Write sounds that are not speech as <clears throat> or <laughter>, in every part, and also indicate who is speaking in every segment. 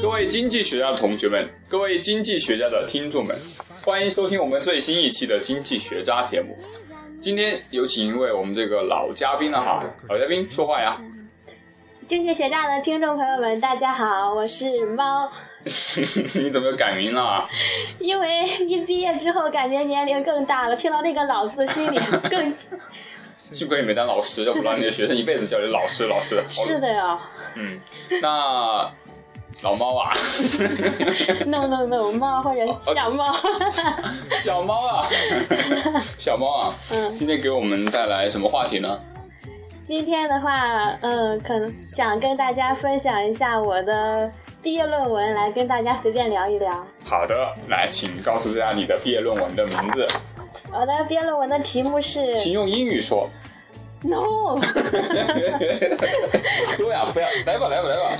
Speaker 1: 各位经济学家的同学们，各位经济学家的听众们，欢迎收听我们最新一期的《经济学渣》节目。今天有请一位我们这个老嘉宾了哈，老嘉宾说话呀！ <laughs>
Speaker 2: 经济学渣的听众朋友们，大家好，我是猫。
Speaker 1: 你怎么又改名了啊？
Speaker 2: 因为一毕业之后，感觉年龄更大了，听到那个“老”字，心里更 <laughs>
Speaker 1: 幸亏你没当老师，要不然你的学生一辈子叫你老师老师。好
Speaker 2: 是的呀。
Speaker 1: 嗯，那老猫啊， <laughs>
Speaker 2: No No No，猫或者小猫，
Speaker 1: 小猫
Speaker 2: <laughs>
Speaker 1: 啊，小猫啊，
Speaker 2: 嗯，
Speaker 1: 今天给我们带来什么话题呢？
Speaker 2: 今天的话，嗯，可能想跟大家分享一下我的毕业论文，来跟大家随便聊一聊。
Speaker 1: 好的，来，请告诉大家你的毕业论文的名字，
Speaker 2: 我的毕业论文的题目是
Speaker 1: 请用英语说。
Speaker 2: <laughs> No，
Speaker 1: <laughs> 说呀，不要，来吧，来吧，来吧，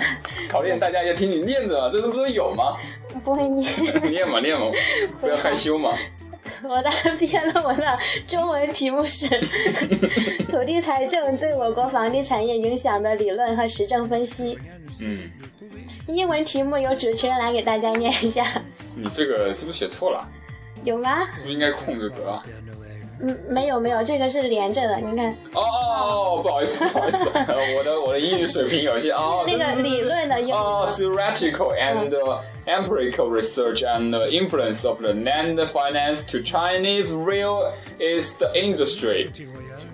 Speaker 1: 考验大家要听你念着，这不是有吗？
Speaker 2: 不会念。
Speaker 1: 念嘛，念嘛，不要害羞嘛。
Speaker 2: <laughs> 我的毕业论文的中文题目是《土地财政对我国房地产业影响的理论和实证分析》。
Speaker 1: 嗯，
Speaker 2: 英文题目由主持人来给大家念一下，
Speaker 1: 你这个是不是写错了？
Speaker 2: 有吗？
Speaker 1: 是不是应该空个格啊？
Speaker 2: 嗯，没有没有，这个是连着的。你看，
Speaker 1: 哦，不好意思，不好意思， <laughs> 我的我的英语水平有些哦，
Speaker 2: 那个理论的英语。
Speaker 1: 哦，theoretical and uh, empirical research and the influence of the land finance to Chinese real estate industry。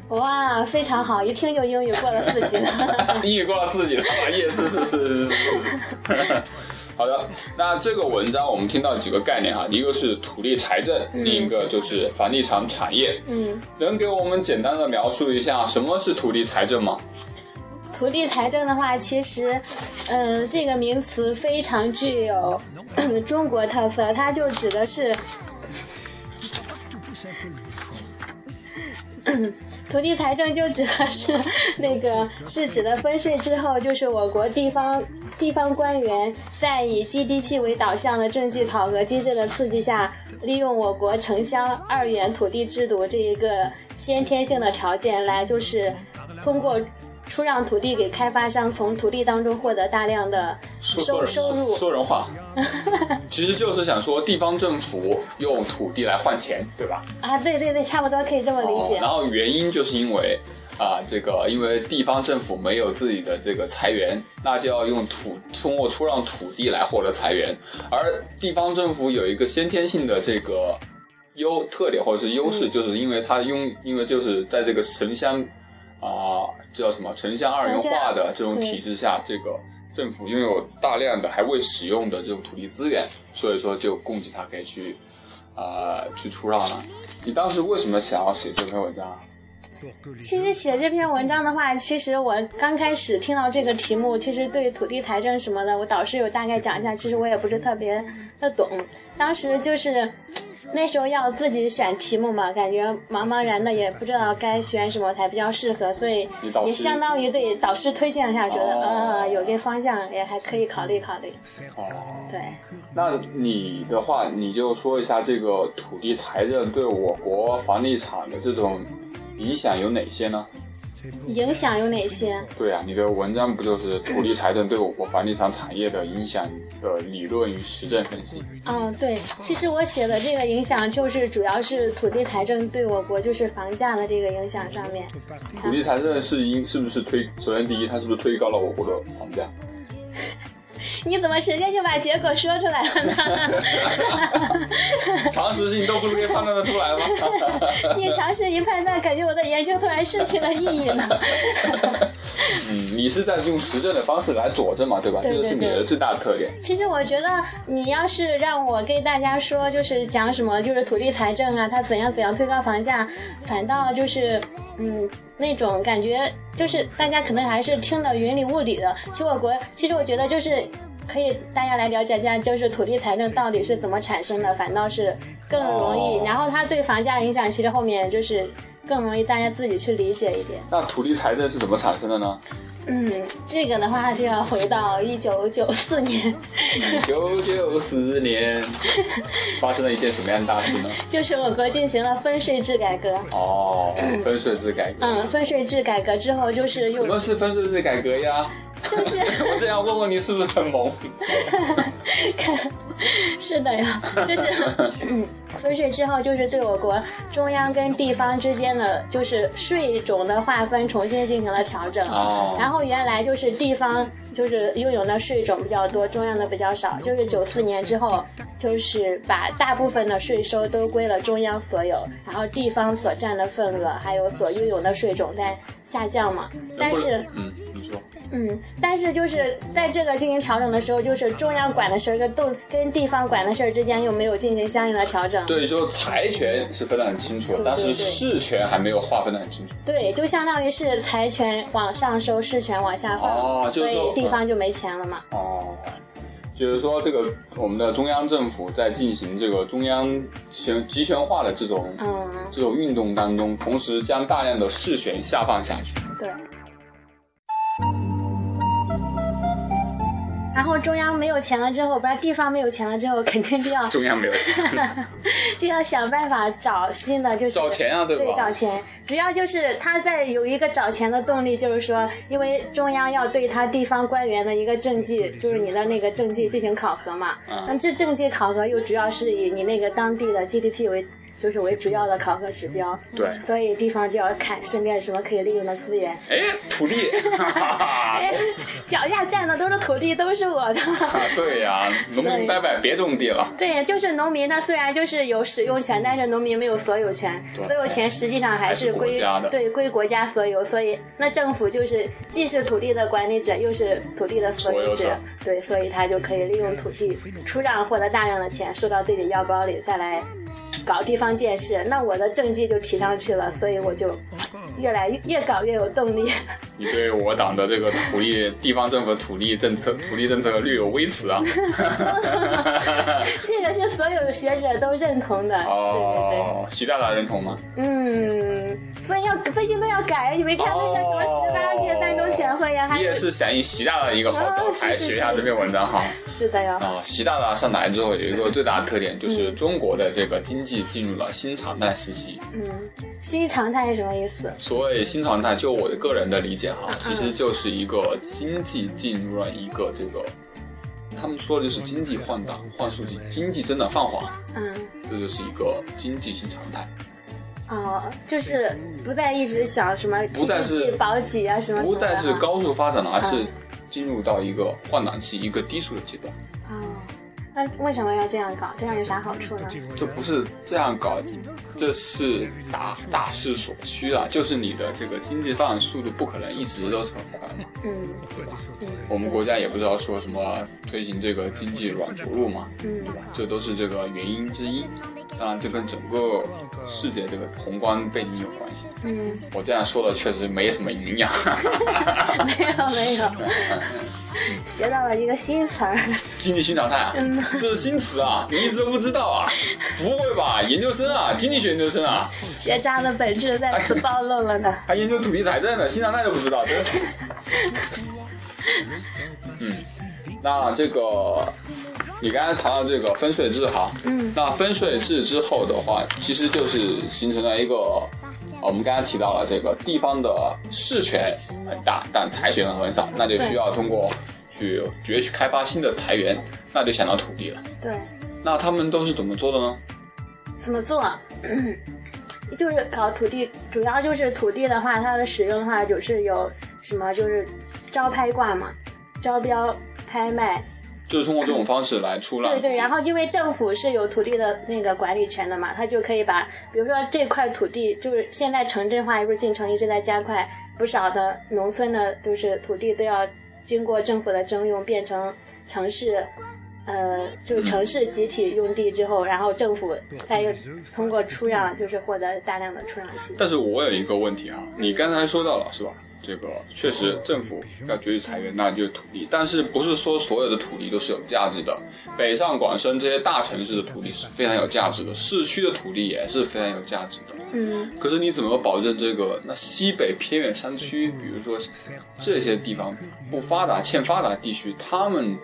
Speaker 2: 哇，非常好，一听就英语过了四
Speaker 1: <laughs>
Speaker 2: 级了。 <laughs>
Speaker 1: 英语过了四级了，也是是是是是是是。 <laughs> 好的，那这个文章我们听到几个概念哈，一个是土地财政，另一个就是房地产产业。
Speaker 2: 嗯，
Speaker 1: 能给我们简单的描述一下什么是土地财政吗？
Speaker 2: 土地财政的话，其实，嗯、这个名词非常具有 <clears throat> 中国特色，它就指的是。土地财政就指的是那个是指的分税之后，就是我国地方地方官员在以 GDP 为导向的政绩考核机制的刺激下，利用我国城乡二元土地制度这一个先天性的条件来，就是通过出让土地给开发商，从土地当中获得大量的收
Speaker 1: 说
Speaker 2: 收
Speaker 1: 人
Speaker 2: 入。
Speaker 1: 说人
Speaker 2: <laughs>
Speaker 1: 话，其实就是想说地方政府用土地来换钱，对吧？
Speaker 2: 啊，对对对，差不多可以这么理解。
Speaker 1: 然后原因就是因为啊，这个因为地方政府没有自己的这个财源，那就要用土通过出让土地来获得财源，而地方政府有一个先天性的这个优特点或者是优
Speaker 2: 嗯
Speaker 1: 势，就是因为它拥因为就是在这个城乡啊叫什么城乡二元
Speaker 2: 城乡
Speaker 1: 化的这种
Speaker 2: 对
Speaker 1: 体制下，这个。政府拥有大量的还未使用的这种土地资源，所以说就供给它可以去，呃，去出让了。你当时为什么想要写这篇文章啊？
Speaker 2: 其实写这篇文章的话，其实我刚开始听到这个题目，其实对土地财政什么的，我导师有大概讲一下，其实我也不是特别的懂。当时就是那时候要自己选题目嘛，感觉茫茫然的，也不知道该选什么才比较适合，所以
Speaker 1: 你导师
Speaker 2: 也相当于对导师推荐一下，觉得
Speaker 1: 哦
Speaker 2: 啊、有个方向也还可以考虑考虑。
Speaker 1: 哦，
Speaker 3: 嗯
Speaker 2: 对，
Speaker 1: 那你的话，你就说一下这个土地财政对我国房地产的这种影响有哪些呢？
Speaker 2: 影响有哪些？
Speaker 1: 对啊，你的文章不就是土地财政对我国房地产产业的影响的理论与实证分析？
Speaker 2: 嗯，对，其实我写的这个影响就是主要是土地财政对我国就是房价的这个影响上面，
Speaker 1: 土地财政是因是不是推？首先第一，它是不是推高了我国的房价？
Speaker 2: 你怎么直接就把结果说出来了 <laughs> 呢？
Speaker 1: 常识性都不是可以判断得出来吗？
Speaker 2: 一尝试一判断，感觉我的研究突然失去了意义呢。
Speaker 1: <laughs> 嗯，你是在用实证的方式来佐证嘛，对吧？
Speaker 2: 对对
Speaker 1: 这就是你的
Speaker 2: 对
Speaker 1: 最大的特点。
Speaker 2: 其实我觉得，你要是让我跟大家说，就是讲什么，就是土地财政啊，它怎样怎样推高房价，反倒就是，嗯，那种感觉，就是大家可能还是听得云里雾里的。其实我国，其实我觉得就是。可以，大家来了解一下，就是土地财政到底是怎么产生的，反倒是更容易。
Speaker 1: 哦
Speaker 2: 然后它对房价影响，其实后面就是更容易大家自己去理解一点。
Speaker 1: 那土地财政是怎么产生的呢？
Speaker 2: 嗯，这个的话就要回到一九九四年。
Speaker 1: 一九九四
Speaker 2: <laughs>
Speaker 1: 年发生了一件什么样的大事呢？
Speaker 2: 就是我国进行了分税制改革。嗯
Speaker 1: 哦，分税制改革。
Speaker 2: 嗯，分税制改革之后，就是
Speaker 1: 什
Speaker 2: 又
Speaker 1: 么是分税制改革呀？
Speaker 2: 就是
Speaker 1: <laughs> 我这样问问你是不是很萌？
Speaker 2: <laughs> 是的呀，就是
Speaker 1: <laughs>
Speaker 2: 嗯分税之后，就是对我国中央跟地方之间的就是税种的划分重新进行了调整。
Speaker 1: 哦
Speaker 2: 然后原来就是地方就是拥有的税种比较多，中央的比较少。就是九四年之后，就是把大部分的税收都归了中央所有，然后地方所占的份额还有所拥有的税种在下降嘛。但是
Speaker 1: 嗯，你说
Speaker 2: 嗯，但是就是在这个进行调整的时候，就是中央管的事儿跟动跟地方管的事儿之间又没有进行相应的调整。
Speaker 1: 对，就财权是分得很清楚的，
Speaker 2: 对
Speaker 1: 但是
Speaker 2: 对对
Speaker 1: 事权还没有划分得很清楚。
Speaker 2: 对就相当于是财权往上收，事权往下放，
Speaker 1: 哦就是
Speaker 2: 所
Speaker 1: 说
Speaker 2: 以地方就没钱了嘛。
Speaker 1: 哦，就是说这个我们的中央政府在进行这个中央权集权化的这种、
Speaker 2: 嗯，
Speaker 1: 这种运动当中，同时将大量的事权下放下去。
Speaker 2: 对。然后中央没有钱了之后，不然地方没有钱了之后，肯定就要
Speaker 1: 中央没有
Speaker 2: <laughs>
Speaker 1: 钱，
Speaker 2: 就要想办法找新的，就是
Speaker 1: 找钱啊，对吧？
Speaker 2: 对，找钱，主要就是他在有一个找钱的动力，就是说，因为中央要对他地方官员的一个政绩，就是你的那个政绩进行考核嘛。
Speaker 1: 嗯
Speaker 2: 那这政绩考核又主要是以你那个当地的 GDP 为，就是为主要的考核指标。
Speaker 1: 对
Speaker 2: 所以地方就要看身边有什么可以利用的资源。
Speaker 1: 哎，土地， <laughs> 哈哈哈
Speaker 2: 哎，脚下站的都是土地，都
Speaker 1: <laughs>
Speaker 2: 是我的。
Speaker 1: 啊，对呀、农民伯伯别种地了。
Speaker 2: 对，就是农民，他虽然就是有使用权，但是农民没有所有权，
Speaker 1: 对
Speaker 2: 所有权实际上还
Speaker 1: 还是
Speaker 2: 是
Speaker 1: 国
Speaker 2: 归
Speaker 1: 家的
Speaker 2: 对归国家所有，所以那政府就是既是土地的管理者，又是土地的所有
Speaker 1: 所有者
Speaker 2: 对，所以他就可以利用土地出让获得大量的钱，收到自己腰包里，再来搞地方建设。那我的政绩就提上去了，所以我就越来越越搞越有动力。 <laughs>
Speaker 1: 你对我党的这个土地地方政府土地政策、土地政策略有微词啊。 <laughs>
Speaker 2: 这个是所有学者都认同的，对对对。
Speaker 1: 哦，习大大认同吗？
Speaker 2: 嗯，所以要最近都要改，你没看那个什么十八届三中全会呀？还
Speaker 1: 哦你也是响应习大大的一个号召
Speaker 2: 啊是
Speaker 1: 才
Speaker 2: 是
Speaker 1: 写
Speaker 2: 是
Speaker 1: 下这篇文章哈。
Speaker 2: 是的呀，
Speaker 1: 啊，习大大上台之后有一个最大的特点，就是中国的这个经济进入了新常态时期。
Speaker 2: 嗯，新常态是什么意思？
Speaker 1: 所谓新常态，就我的个人的理解
Speaker 2: 嗯
Speaker 1: 哈，其实就是一个经济进入了一个这个，他们说的就是经济换挡、换数据，经济真的放缓，
Speaker 2: 嗯，
Speaker 1: 这就是一个经济新常态。
Speaker 2: 哦，就是不再一直想什么
Speaker 1: 不再是
Speaker 2: 经济保给啊什么什
Speaker 1: 不
Speaker 2: 么的
Speaker 1: 再是
Speaker 2: 哈。
Speaker 1: 高速发展了，而是
Speaker 2: 嗯
Speaker 1: 进入到一个换挡期、一个低速的阶段。
Speaker 2: 哦，那为什么要这样搞？这样有啥好处呢？
Speaker 1: 这不是这样搞，这是大大势所趋啊！就是你的这个经济发展速度不可能一直都是很快嘛。
Speaker 2: 嗯
Speaker 1: 我们国家也不知道说什么推行这个经济软着陆嘛，
Speaker 2: 嗯
Speaker 1: 对吧？这都是这个原因之一。当然，这跟整个世界这个宏观背景有关系。
Speaker 2: 嗯，
Speaker 1: 我这样说的确实没什么营养。啊
Speaker 2: 没有没有， <laughs> 学到了一个新词
Speaker 1: <laughs>
Speaker 2: 儿。
Speaker 1: <laughs> 经济新常态啊，这是新词啊，你一直都不知道啊？不会吧？研究生啊，经济学研究生啊，
Speaker 2: 学渣的本质再次暴露了呢。
Speaker 1: 还研究土地财政呢，新常态都不知道，真是。嗯，那这个你刚才谈到这个分税制哈，
Speaker 2: 嗯，
Speaker 1: 那分税制之后的话，其实就是形成了一个，呃我们刚才提到了这个地方的市权很大，但财权很少，那就需要通过去攫取开发新的财源，那就想到土地了。
Speaker 2: 对。
Speaker 1: 那他们都是怎么做的呢？
Speaker 2: 怎么做？ <coughs> 就是搞土地，主要就是土地的话，它的使用的话，就是有什么就是招拍挂嘛，招标拍卖，
Speaker 1: 就是通过这种方式来出让。
Speaker 2: 对对。然后因为政府是有土地的那个管理权的嘛，它就可以把，比如说这块土地，就是现在城镇化，不是进城一直在加快，不少的农村的，就是土地都要经过政府的征用，变成城市。呃，就是城市集体用地之后，然后政府再又通过出让，就是获得大量的出让金。
Speaker 1: 但是我有一个问题哈、啊你刚才说到了是吧？这个确实政府要攫取财源，那就是土地，但是不是说所有的土地都是有价值的？北上广深这些大城市的土地是非常有价值的，市区的土地也是非常有价值的。
Speaker 2: 嗯，
Speaker 1: 可是你怎么保证这个？那西北偏远山区，比如说这些地方不发达、欠发达地区，他们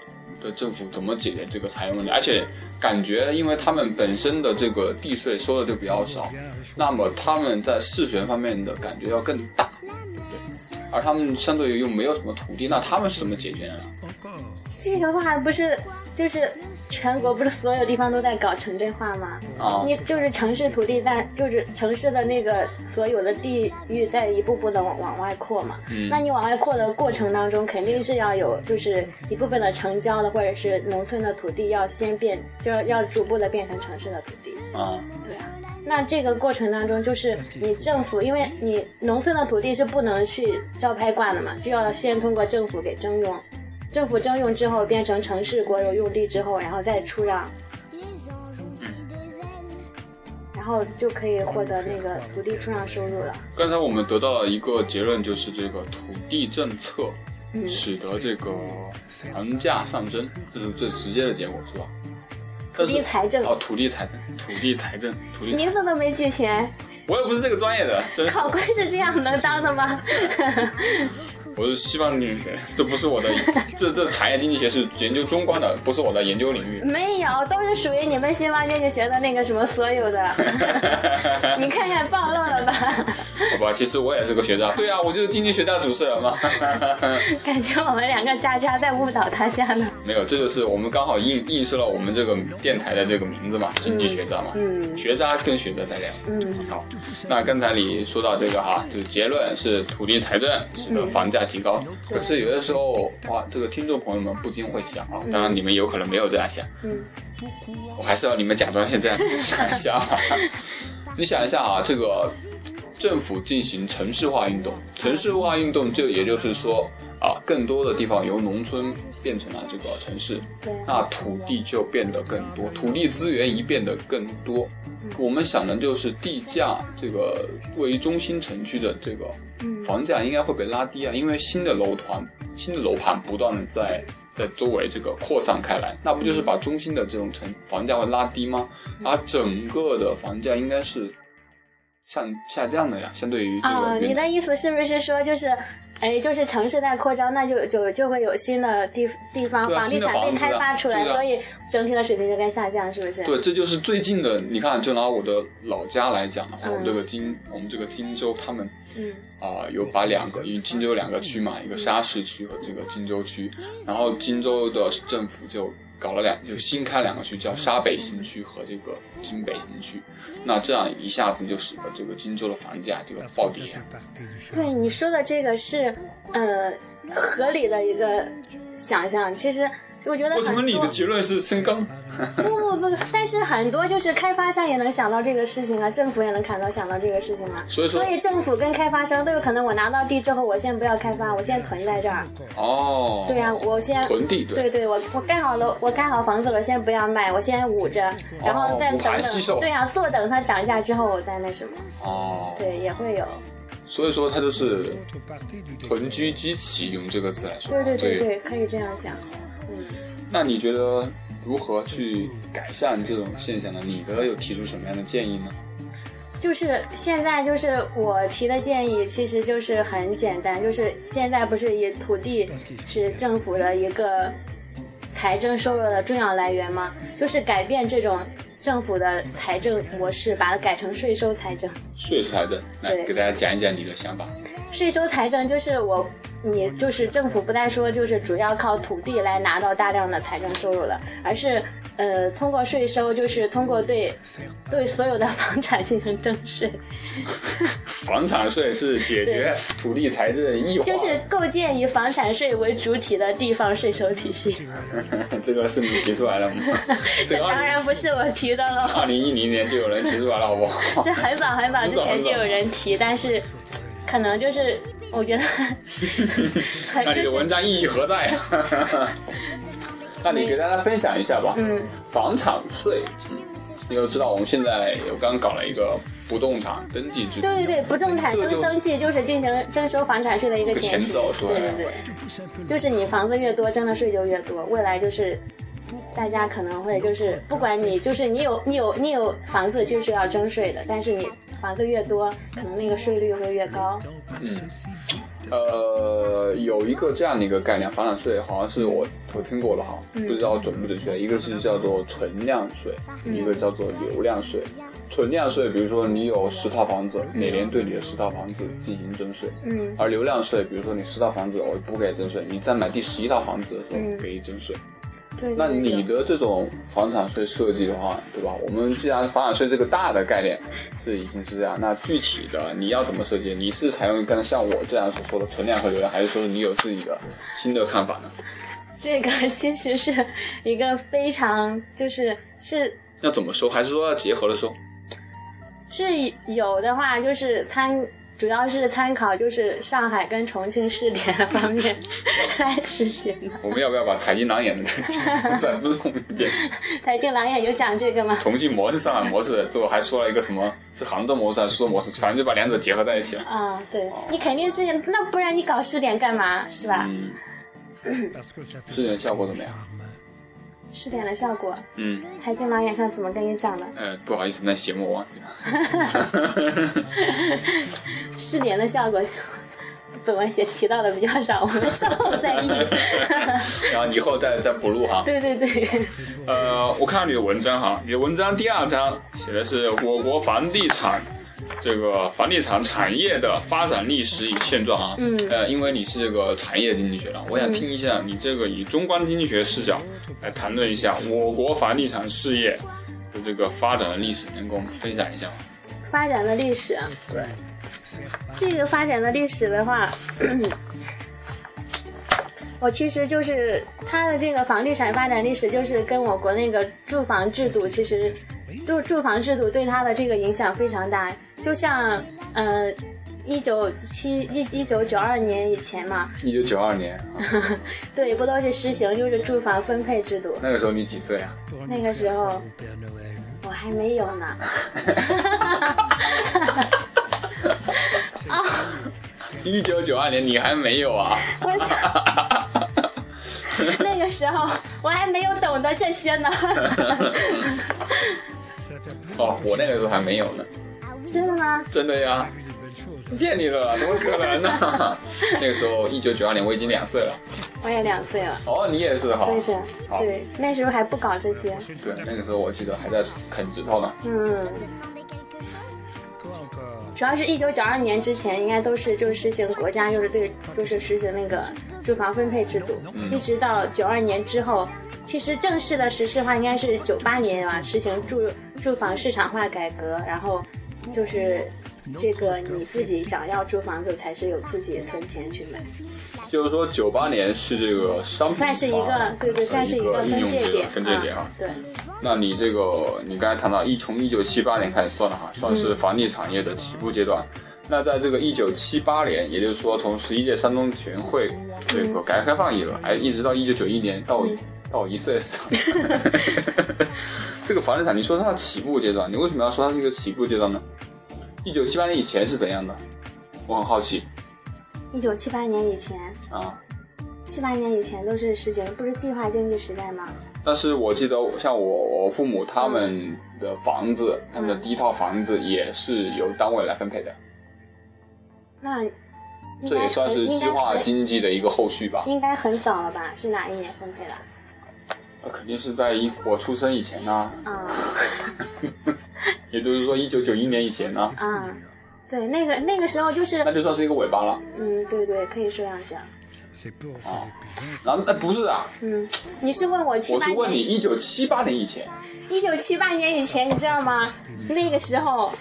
Speaker 1: 的政府怎么解决这个财源问题？而且感觉，因为他们本身的这个地税收的就比较少，那么他们在事权方面的感觉要更大，对不对？而他们相对于又没有什么土地，那他们是怎么解决的呢？
Speaker 2: 这个话不是就是全国不是所有地方都在搞城镇化吗？
Speaker 1: 啊，
Speaker 2: 你就是城市土地在，就是城市的那个所有的地域在一步步的往往外扩嘛。
Speaker 1: 嗯
Speaker 2: 那你往外扩的过程当中，肯定是要有就是一部分的城郊的或者是农村的土地要先变，就是要逐步的变成城市的土地。
Speaker 1: 啊，
Speaker 2: 对啊，那这个过程当中，就是你政府，因为你农村的土地是不能去招拍挂的嘛，就要先通过政府给征用，政府征用之后变成城市国有用地之后，然后再出让，然后就可以获得那个土地出让收入了。
Speaker 1: 刚才我们得到了一个结论，就是这个土地政策
Speaker 2: 嗯，
Speaker 1: 使得这个房价上升，这是最直接的结果，是吧？
Speaker 2: 土地财政
Speaker 1: 但是哦，土地财政，土地财政，土地财，
Speaker 2: 名字都没记全，
Speaker 1: 我也不是这个专业的，真是，
Speaker 2: 考官是这样能当的吗？ <laughs>
Speaker 1: 我是西方经济学，这不是我的，这这产业经济学是研究中观的，不是我的研究领域。
Speaker 2: 没有，都是属于你们西方经济学的那个什么所
Speaker 1: <laughs>
Speaker 2: 有的。你看看暴露了吧？ <laughs>
Speaker 1: <laughs> 好吧，其实我也是个学渣，对啊，我就是经济学家主持人嘛。 <laughs>
Speaker 2: 感觉我们两个渣渣在误导大家呢。
Speaker 1: 没有，这就是我们刚好映映射了我们这个电台的这个名字嘛，经济学渣嘛，
Speaker 2: 嗯
Speaker 1: 学渣跟学渣在聊。
Speaker 2: 嗯，
Speaker 1: 好，那刚才你说到这个哈，就是结论是土地财政使
Speaker 2: 嗯
Speaker 1: 得房价提高。可是有的时候，哇，这个听众朋友们不禁会想啊，当然你们有可能没有这样想，
Speaker 2: 嗯，
Speaker 1: 我还是要你们假装现在 <laughs> 想一下啊。你想一下啊，这个政府进行城市化运动，城市化运动就也就是说啊，更多的地方由农村变成了这个城市，
Speaker 2: 对，
Speaker 1: 那土地就变得更多，土地资源一变得更多。我们想的就是地价，这个位于中心城区的这个
Speaker 2: 嗯
Speaker 1: 房价应该会被拉低啊，因为新的楼团、新的楼盘不断的在在周围这个扩散开来，那不就是
Speaker 2: 嗯
Speaker 1: 把中心的这种城房价会拉低吗？而整个的房价应该是像下降的呀，相对于这个
Speaker 2: 啊，
Speaker 1: 原
Speaker 2: 你
Speaker 1: 来
Speaker 2: 的意思是不是说就是，哎，就是城市在扩张，那就就就会有新的地地方
Speaker 1: 对啊
Speaker 2: 房地产被开发出来，
Speaker 1: 新的房子啊
Speaker 2: 所以整体的水平就该下降，是不是？
Speaker 1: 对，这就是最近的。你看，就拿我的老家来讲的话，我们
Speaker 2: 嗯
Speaker 1: 这个荆，我们这个荆州，他们
Speaker 2: 嗯
Speaker 1: 啊、有把两个，因为荆州两个区嘛，一个沙市区和这个荆州区，然后荆州的政府就搞了两，就新开两个区，叫沙北新区和这个荆北新区，那这样一下子就使得这个荆州的房价这个暴跌。
Speaker 2: 对，你说的这个是，呃，合理的一个想象。其实我觉得
Speaker 1: 为什么
Speaker 2: 很
Speaker 1: 你
Speaker 2: 多
Speaker 1: 的，结论是深耕？
Speaker 2: 不不不，但是很多就是开发商也能想到这个事情啊，政府也能看到想到这个事情啊。
Speaker 1: 所以说
Speaker 2: 所，以政府跟开发商都有可能，我拿到地之后，我先不要开发，我先囤在这儿。
Speaker 1: 哦，
Speaker 2: 对呀、啊我先。
Speaker 1: 囤地对。
Speaker 2: 对对，我我盖好了，我盖好房子了，先不要卖，我先捂着，
Speaker 1: 哦
Speaker 2: 然后再
Speaker 1: 捂
Speaker 2: 等
Speaker 1: 盘吸
Speaker 2: 等。
Speaker 1: 售
Speaker 2: 对呀、啊坐等它涨价之后，我再那什么。
Speaker 1: 哦，
Speaker 2: 对，也会有。
Speaker 1: 所以说它就是囤居机器，用这个词来说。
Speaker 2: 对对对对，可以这样讲。嗯。
Speaker 1: 那你觉得如何去改善这种现象呢？你的有提出什么样的建议呢？
Speaker 2: 就是现在，就是我提的建议，其实就是很简单，就是现在不是以土地是政府的一个财政收入的重要来源吗？就是改变这种政府的财政模式，把它改成税收财政。
Speaker 1: 税收财政，来
Speaker 2: 对
Speaker 1: 给大家讲一讲你的想法。
Speaker 2: 税收财政就是我，你就是政府不再说就是主要靠土地来拿到大量的财政收入了，而是呃通过税收，就是通过对对所有的房产进行征税。
Speaker 1: 房产税是解决土地财政异化，
Speaker 2: 就是构建以房产税为主体的地方税收体系。
Speaker 1: <laughs> 这个是你提出来
Speaker 2: <laughs>
Speaker 1: 的吗？
Speaker 2: 这当然不是我提的喽，
Speaker 1: 二零一零年就有人提出来了，好不好？
Speaker 2: 这很早很早之前就有人提，但是可能就是我觉得很
Speaker 1: 那你
Speaker 2: 就
Speaker 1: 的文
Speaker 2: 是
Speaker 1: 章意义何
Speaker 2: <laughs>
Speaker 1: 在呀？那你给大家分享一下吧。
Speaker 2: 嗯，
Speaker 1: 房产税，嗯，你又知道我们现在有刚搞了一个不动产登记制度，
Speaker 2: 对对对，不动产
Speaker 1: 这个就
Speaker 2: 登
Speaker 1: 是
Speaker 2: 登记就是进行征收房产税的一个前
Speaker 1: 前
Speaker 2: 提。
Speaker 1: 奏
Speaker 2: 对
Speaker 1: 对
Speaker 2: 对对，就是你房子越多，征的税就越多，未来就是。大家可能会就是，不管你就是你有你有你有房子就是要征税的，但是你房子越多，可能那个税率会越高。
Speaker 1: 嗯，呃，有一个这样的一个概念，房产税好像
Speaker 2: 嗯
Speaker 1: 是我我听过的哈，不知道准不准确。一个是叫做存量税，一个叫做流量税。存量税，比如说你有十套房子，每年对你的十套房子进行征税；
Speaker 2: 嗯
Speaker 1: 而流量税，比如说你十套房子我不给征税，你再买第十一套房子的时
Speaker 2: 嗯
Speaker 1: 候给你征税。
Speaker 2: 对，
Speaker 1: 那
Speaker 2: 对对
Speaker 1: 你的这种房产税设计的话，对吧？我们既然房产税这个大的概念是已经是这样，那具体的你要怎么设计？你是采用刚才像我这样所说的存量和流量，还是说你有自己的新的看法呢？
Speaker 2: 这个 <laughs> 其实是一个非常就是是
Speaker 1: 要怎么说？还是说要结合的说？
Speaker 2: 是有的话就是参。主要是参考就是上海跟重庆试点方面来实行的。
Speaker 1: 我们要不要把财经囊眼的这个再弄一遍？
Speaker 2: 财经狼眼有讲这个吗？
Speaker 1: 重庆模式、上海模式，最后还说了一个什么是杭州模式还是苏州模式，反正就把两者结合在一起了。
Speaker 2: 啊、对你肯定是，那不然你搞试点干嘛是吧？
Speaker 1: 嗯
Speaker 3: 试验效果怎么样？
Speaker 2: 试点的效果，
Speaker 1: 嗯，
Speaker 2: 财经狼眼看怎么跟你讲的。
Speaker 1: 呃，不好意思，那节目我忘记了。 <laughs>
Speaker 2: 试点的效果，本文写提到的比较少，我们稍后再议。 <laughs>
Speaker 1: 然后以后再再补录哈。
Speaker 2: 对对对，
Speaker 1: 呃，我看到你的文章哈，你的文章第二章写的是我国房地产这个房地产产业的发展历史与现状啊。
Speaker 2: 嗯
Speaker 1: 呃，因为你是这个产业经济学的，我想听一下你这个以中观经济学视角来谈论一下我国房地产事业的这个发展的历史，能给我们分享一下吗？
Speaker 2: 发展的历史，啊
Speaker 1: 对，
Speaker 2: 这个发展的历史的话，我其实就是它的这个房地产发展历史，就是跟我国那个住房制度，其实住住房制度对它的这个影响非常大。就像呃，一九七一一九九二年以前嘛，
Speaker 1: 一九九二年，
Speaker 2: 对，不都是实行就是住房分配制度？
Speaker 1: 那个时候你几岁啊？
Speaker 2: 那个时候我还没有呢。 <laughs>
Speaker 1: 一九九二年你还没有啊？
Speaker 2: 我操！那个时候我还没有懂得这些呢，
Speaker 1: <laughs>
Speaker 2: <laughs> 嗯
Speaker 1: 哦，我那个时候还没有呢，
Speaker 2: 真的吗？
Speaker 1: 真的呀。骗你了，怎么可能
Speaker 2: <laughs>
Speaker 1: 呢、那个时候，一九九二年我已经两岁了。
Speaker 2: 我也两岁了，
Speaker 1: 哦，你也是哈？
Speaker 2: 对着，
Speaker 1: 好
Speaker 2: 对，那时候还不搞这些，
Speaker 1: 对，那个时候我记得还在啃指头呢。
Speaker 2: 嗯，主要是一九九二年之前，应该都是就是实行国家就是对就是实行那个住房分配制度，
Speaker 1: 嗯
Speaker 2: 一直到九二年之后，其实正式的实施的话应该是九八年吧，实行住住房市场化改革，然后就是这个你自己想要住房子才是有自己存钱去买，
Speaker 1: 就是说，九八年是这个商品
Speaker 2: 算是一个对对，算是一
Speaker 1: 一
Speaker 2: 个
Speaker 1: 应
Speaker 2: 分
Speaker 1: 用
Speaker 2: 界
Speaker 1: 这个
Speaker 2: 点，
Speaker 1: 分界点啊
Speaker 2: 嗯。对。
Speaker 1: 那你这个，你刚才谈到一从一九七八年开始算的哈，算是房地产业的起步阶段。那在这个一九七八年，也就是说从十一届三中全会这个改革开放以来，哎一直到一九九一年到到一岁的时候， <laughs> 这个房地产，你说它的起步阶段，你为什么要说它是一个起步阶段呢？一九七八年以前是怎样的？我很好奇
Speaker 2: 一九七八年以前，
Speaker 1: 啊。
Speaker 2: 七八年以前都是实行，不是计划经济时代吗？
Speaker 1: 但是我记得，像我我父母他们的房子，他们的第一套房子也是由单位来分配的。
Speaker 2: 那应该
Speaker 1: 这也算是
Speaker 2: 很
Speaker 1: 计划，
Speaker 2: 应
Speaker 1: 经济的一个后续吧
Speaker 2: 该很。应该很早了吧？是哪一年分配的？
Speaker 1: 那肯定是在一我出生以前呐、
Speaker 2: 啊、
Speaker 1: 也就是说一九九一年以前嗯呐、
Speaker 2: 啊、对，那个那个时候就是，
Speaker 1: 那就算是一个尾巴了。
Speaker 2: 嗯，对对，可以这样讲。
Speaker 1: 然后那不是啊，
Speaker 2: 嗯，你是问我七
Speaker 1: 我
Speaker 2: 八
Speaker 1: 是问你
Speaker 2: 年，
Speaker 1: 一九七八年以前，
Speaker 2: 一九七八年以前，你知道吗？那个时候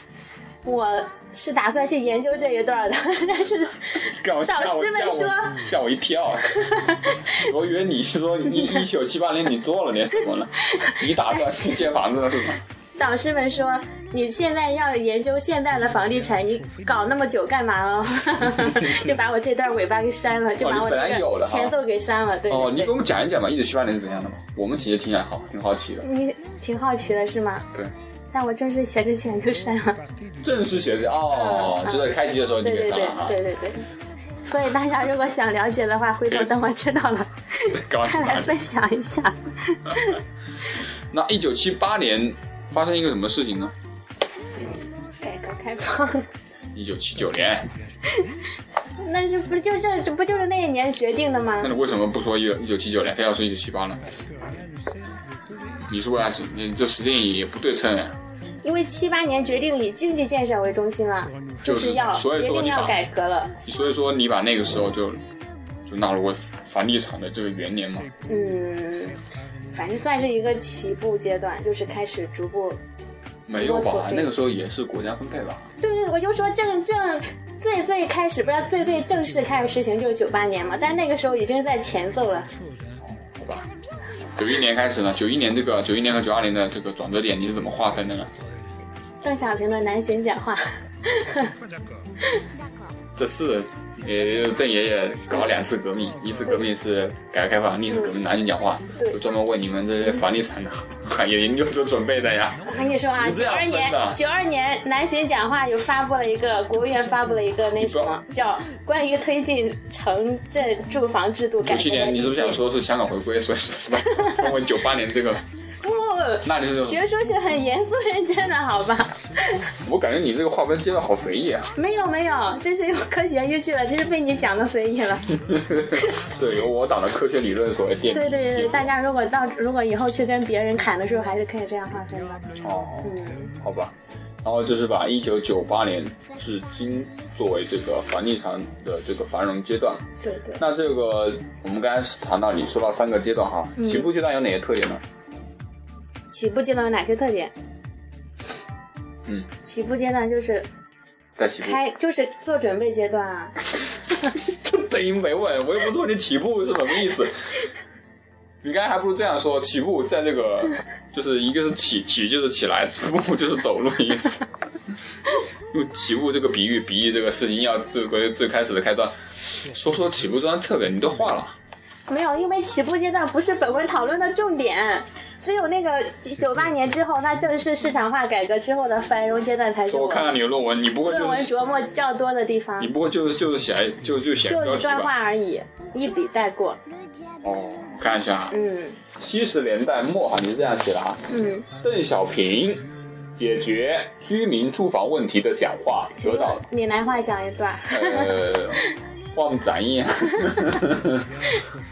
Speaker 2: 我是打算去研究这一段的， <laughs> 但是
Speaker 1: 搞吓
Speaker 2: 导
Speaker 1: 我
Speaker 2: 师
Speaker 1: 吓
Speaker 2: 们
Speaker 1: 我吓我一跳， <laughs> 我以为你是说一一九七八年你做了点什么呢？你打算去建房子了是吗？
Speaker 2: 导师们说，你现在要研究现在的房地产，你搞那么久干嘛
Speaker 1: <laughs>
Speaker 2: 哦？就把我这段尾巴给删了，就把我
Speaker 1: 哦你本来
Speaker 2: 那
Speaker 1: 有
Speaker 2: 个
Speaker 1: 的哈
Speaker 2: 前奏给删了。对
Speaker 1: 哦，你
Speaker 2: 对
Speaker 1: 给我们讲一讲吧，一九七八年是怎样的吧？我们其实挺好，挺好奇的。
Speaker 2: 对，你挺好奇的是吗？
Speaker 1: 对，
Speaker 2: 在我正式写之前就删了。
Speaker 1: 正式写的哦，就在开题的 <laughs> 时候你
Speaker 2: 对
Speaker 1: 给
Speaker 2: 嗯对
Speaker 1: 上
Speaker 2: 对
Speaker 1: 了啊，
Speaker 2: 对对对。所以大家如果想了解的话，回头等我知
Speaker 1: <laughs>
Speaker 2: 道了
Speaker 1: 搞
Speaker 2: 再
Speaker 1: 什
Speaker 2: 来
Speaker 1: 么？
Speaker 2: 分享一下。
Speaker 1: 那一九七八年发生一个什么事情呢？
Speaker 2: <laughs> 改革开放，
Speaker 1: 一九七九年，
Speaker 2: 那是不就这这不就是那一年决定的吗
Speaker 1: 那？你为什么不说一九一九七九呢？非要说一九七八呢？你说啊，你这时间也不对称哎。
Speaker 2: 因为七八年决定以经济建设为中心了，
Speaker 1: 嗯就是
Speaker 2: 是要
Speaker 1: 所以
Speaker 2: 决
Speaker 1: 说
Speaker 2: 定
Speaker 1: 你
Speaker 2: 要
Speaker 1: 把
Speaker 2: 改革了。
Speaker 1: 所以说你把那个时候就就纳入为房地产的这个元年嘛。
Speaker 2: 嗯，反正算是一个起步阶段，就是开始逐步。
Speaker 1: 没有
Speaker 2: 我所
Speaker 1: 吧？
Speaker 2: 知
Speaker 1: 那个时候也是国家分配吧？
Speaker 2: 对对，我就说正正最最开始，不是最最正式开始实行就是九八年嘛，但那个时候已经在前奏了。
Speaker 1: 好吧。九一年开始呢，九一年这个九一年和九二年的这个转折点你是怎么划分的呢？
Speaker 2: 邓小平的南巡讲话，
Speaker 1: 这是也邓爷爷搞了两次革命，一次革命是改革开放，另一次革命南京讲话，
Speaker 2: 对
Speaker 1: 就专门为你们这些房地产的行业研究所准备的呀。
Speaker 2: 我跟你说啊，
Speaker 1: 你这
Speaker 2: 九
Speaker 1: 样
Speaker 2: 二
Speaker 1: 分的
Speaker 2: 年九二年南巡讲话有发布了一个，国务院发布了一个那什么叫关于推进城镇住房制度改
Speaker 1: 九
Speaker 2: 革
Speaker 1: 七
Speaker 2: 的
Speaker 1: 年你
Speaker 2: 意
Speaker 1: 是不是想
Speaker 2: 见。
Speaker 1: 说是香港回归，所以说分为九八年这个？
Speaker 2: 不，
Speaker 1: 那就是
Speaker 2: <laughs> 学说是很严肃认真的，好吧？
Speaker 1: 我感觉你这个划分阶段好随意
Speaker 2: <laughs>
Speaker 1: 啊。
Speaker 2: 没有没有，这是有科学依据的，这是被你讲的随意了。
Speaker 1: 对，由我党的科学理论所奠定。
Speaker 2: 对对对对，大家如果到如果以后去跟别人砍的时候，还是可以这样划分的。
Speaker 1: 哦，
Speaker 2: 嗯，
Speaker 1: 好吧。然后就是把一九九八年至今作为这个房地产的这个繁荣阶段。
Speaker 2: 对对。
Speaker 1: 那这个我们刚才是谈到你说到三个阶段哈，
Speaker 2: 嗯
Speaker 1: 起步阶段有哪些特点呢？
Speaker 2: 起步阶段有哪些特点？
Speaker 1: 嗯，
Speaker 2: 起步阶段就是
Speaker 1: 在起步，
Speaker 2: 开，就是做准备阶段啊。
Speaker 1: <laughs> 这等于没问，我又不说你起步是什么意思。 <laughs> 你刚才还不如这样说，起步在这个就是一个是起 <laughs> 起就是起来，步就是走路的意思。 <laughs> 用起步这个比喻比喻这个事情要最最最开始的开端，说说起步这段特点，你都画了。
Speaker 2: 没有，因为起步阶段不是本文讨论的重点，只有那个九八年之后，它正式市场化改革之后的繁荣阶段才是
Speaker 1: 说我看到你的论文，你不会
Speaker 2: 嗯论
Speaker 1: 就
Speaker 2: 文
Speaker 1: 是
Speaker 2: 琢磨较多的地方
Speaker 1: 你，不会就是就是写来就就写
Speaker 2: 就
Speaker 1: 标
Speaker 2: 一
Speaker 1: 题
Speaker 2: 段话
Speaker 1: 吧？
Speaker 2: 而已，一笔带过。
Speaker 1: 哦，我看一下啊，
Speaker 2: 嗯
Speaker 1: 七十年代末哈，你是这样写的啊。
Speaker 2: 嗯，
Speaker 1: 邓小平解决居民住房问题的讲话得到
Speaker 2: 闽南话讲一段。
Speaker 1: 呃，望展业，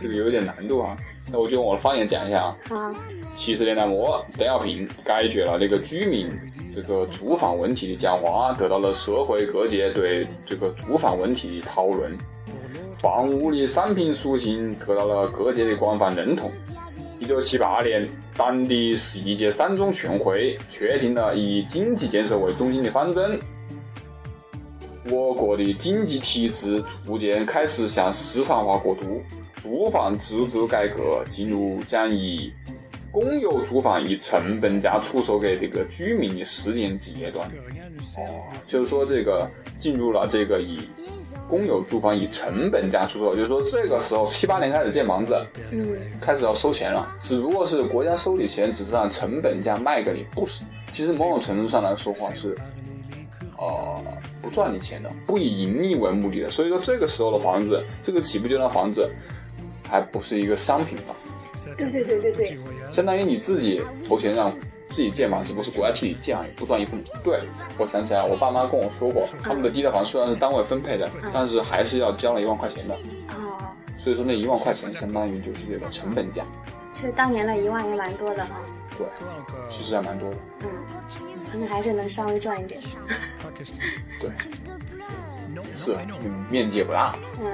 Speaker 1: 这个有点难度啊。那我就用我的方言讲一下啊。
Speaker 2: 啊，
Speaker 1: 七十年代末，邓小平解决了这个居民这个住房问题的讲话，得到了社会各界对这个住房问题的讨论。房屋的商品属性得到了各界的广泛认同。一九七八年，党的十一届三中全会确定了以经济建设为中心的方针。我国的经济体制逐渐开始向市场化过渡，住房制度改革进入将以公有住房以成本价出售给这个居民的试验阶段。哦，就是说这个进入了这个以公有住房以成本价出售，就是说这个时候七八年开始建房子，
Speaker 2: 嗯，
Speaker 1: 开始要收钱了，只不过是国家收你钱，只是按成本价卖给你，不是。其实某种程度上来说话是，呃，不赚你钱的，不以盈利为目的的。所以说这个时候的房子，这个起步阶段的房子，还不是一个商品房，
Speaker 2: 对对对对对，
Speaker 1: 相当于你自己投钱让自己建房，只不过是国家替你建而已，不赚一分。对，我想起来，我爸妈跟我说过，他们的第一套房虽然是单位分配的，但是还是要交了一万块钱的。
Speaker 2: 哦，
Speaker 1: 所以说那一万块钱相当于就是这个成本价，
Speaker 2: 其实当年的一万也蛮多的哈、
Speaker 1: 对，其实还蛮多的。
Speaker 2: 嗯，可能还是能稍微赚一点。
Speaker 1: 对，是嗯，面积也不大，
Speaker 2: 嗯，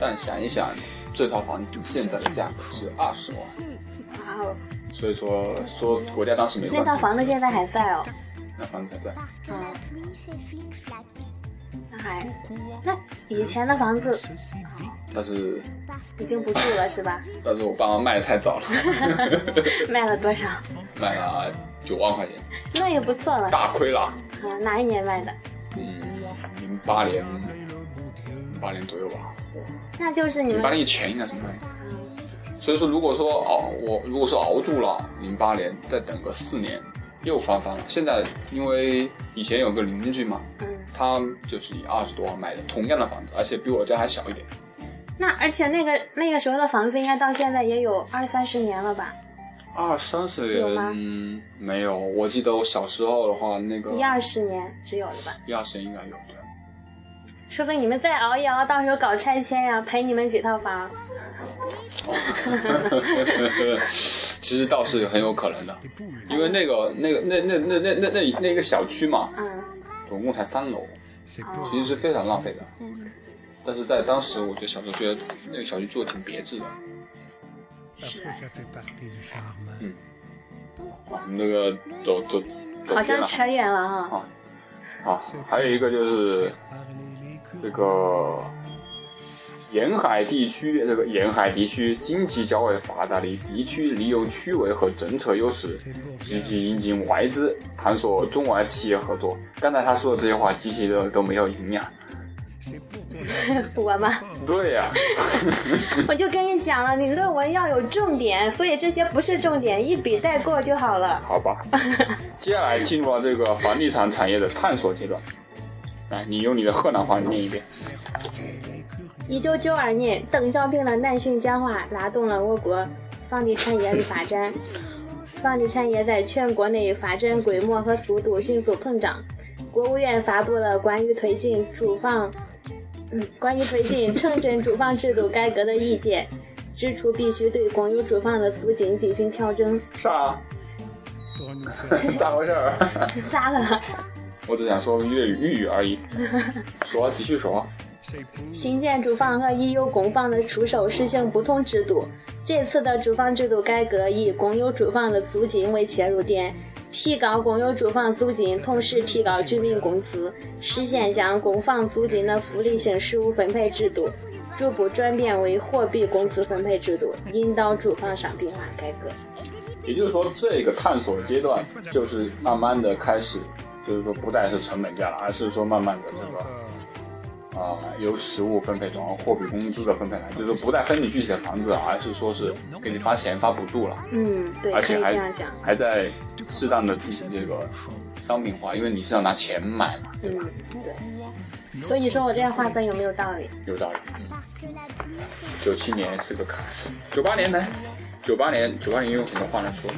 Speaker 1: 但想一想，这套房子现在的价格是二十万，
Speaker 2: 哇哦，
Speaker 1: 所以说说国家当时没
Speaker 2: 那
Speaker 1: 赚
Speaker 2: 套
Speaker 1: 钱，
Speaker 2: 房子现在还在哦。
Speaker 1: 那房子还在，
Speaker 2: 嗯，那还，那以前的房子
Speaker 1: 但是
Speaker 2: 已经不住了是吧？
Speaker 1: 但是我爸妈卖的太
Speaker 2: <laughs>
Speaker 1: 早了，
Speaker 2: 卖了多少？ <laughs>
Speaker 1: 卖了九万块钱，
Speaker 2: 那也不错了。
Speaker 1: 大亏了，
Speaker 2: 嗯，哪一年卖的？
Speaker 1: 嗯，零八年，零八年左右吧，
Speaker 2: 那就是你
Speaker 1: 零八
Speaker 2: 们
Speaker 1: 年以前应该是卖的。所以说，如果说熬我如果说熬住了零八年，再等个四年，又翻番了。现在因为以前有个邻居嘛，
Speaker 2: 嗯，
Speaker 1: 他就是以二十多万买的同样的房子，而且比我家还小一点。
Speaker 2: 那而且那个那个时候的房子应该到现在也有二三十年了吧？
Speaker 1: 二三十
Speaker 2: 有吗
Speaker 1: 元没有，我记得我小时候的话，那个
Speaker 2: 一二十年只有了吧？
Speaker 1: 一二十应该有对。
Speaker 2: 说不定你们再熬一熬，到时候搞拆迁呀、赔你们几套房。
Speaker 1: <laughs> 其实倒是很有可能的，因为那个那个那那那那那那那一个小区嘛，
Speaker 2: 嗯，
Speaker 1: 总共才三楼，
Speaker 2: 哦
Speaker 1: 其实是非常浪费的。但是在当时，我觉得小时候觉得那个小区做的挺别致的。
Speaker 3: Parce que ça fait partie du charme.
Speaker 1: 嗯我们那个走走
Speaker 2: 好
Speaker 1: 走偏
Speaker 2: 像
Speaker 1: 了
Speaker 2: 扯远了哈、
Speaker 1: 啊啊！还有一个就是这 <laughs> 个沿海地区，这个沿海地区经济较为发达的地区，利用区位和政策优势，积极引进外资，探索中外企业合作。刚才他说的这些话，极其的都没有营养。
Speaker 3: 嗯
Speaker 2: 我嘛，
Speaker 3: <laughs>
Speaker 1: 对呀、 <laughs>
Speaker 2: 我就跟你讲了，你论文要有重点，所以这些不是重点，一笔带过就好了。
Speaker 1: 好吧。接下来进入了这个房地产产业的探索阶段。来，你用你的河南话念一遍。
Speaker 2: 一九九二年，邓小平的南巡讲话拉动了我国房地产业的发展。房地产业在全国内发展规模和速度迅速膨胀。国务院发布了关于推进住房，嗯，关于推进城镇住房制度改革的意见，指出必须对公有住房的租金进行调整。 <laughs>
Speaker 1: 啥？
Speaker 3: Pour nous faire
Speaker 1: 咋回事儿？ <laughs>
Speaker 2: 咋了？
Speaker 1: 我只想说粤语粤语而已。说，继续说。
Speaker 3: c'est pour
Speaker 2: <laughs> 新建住房和已有公房的出售实行不同制度。这次的住房制度改革以公有住房的租金为切入点，提高公有住房租金，同时提高居民工资，实现将公房租金的福利性实物分配制度逐步转变为货币工资分配制度，引导住房商品化改革。
Speaker 1: 也就是说，这个探索阶段就是慢慢的开始，就是说不再是成本价了，而是说慢慢的这个
Speaker 3: euh,
Speaker 1: 啊、呃由实物分配转化货币工资的分配来，就是说不再分你具体的房子了，啊而是说是给你发钱发补助了，
Speaker 2: 嗯，对，
Speaker 1: 而
Speaker 2: 可
Speaker 1: 且
Speaker 2: 以这
Speaker 1: 还
Speaker 2: 样讲。
Speaker 1: 还在适当的进行这个商品化，因为你是要拿钱买嘛，对吧？
Speaker 2: 嗯，对。所以说我这样划分有没有道理？
Speaker 1: 有道理。九七年是个坎，九八年呢？九八年，九八年用什么话来说？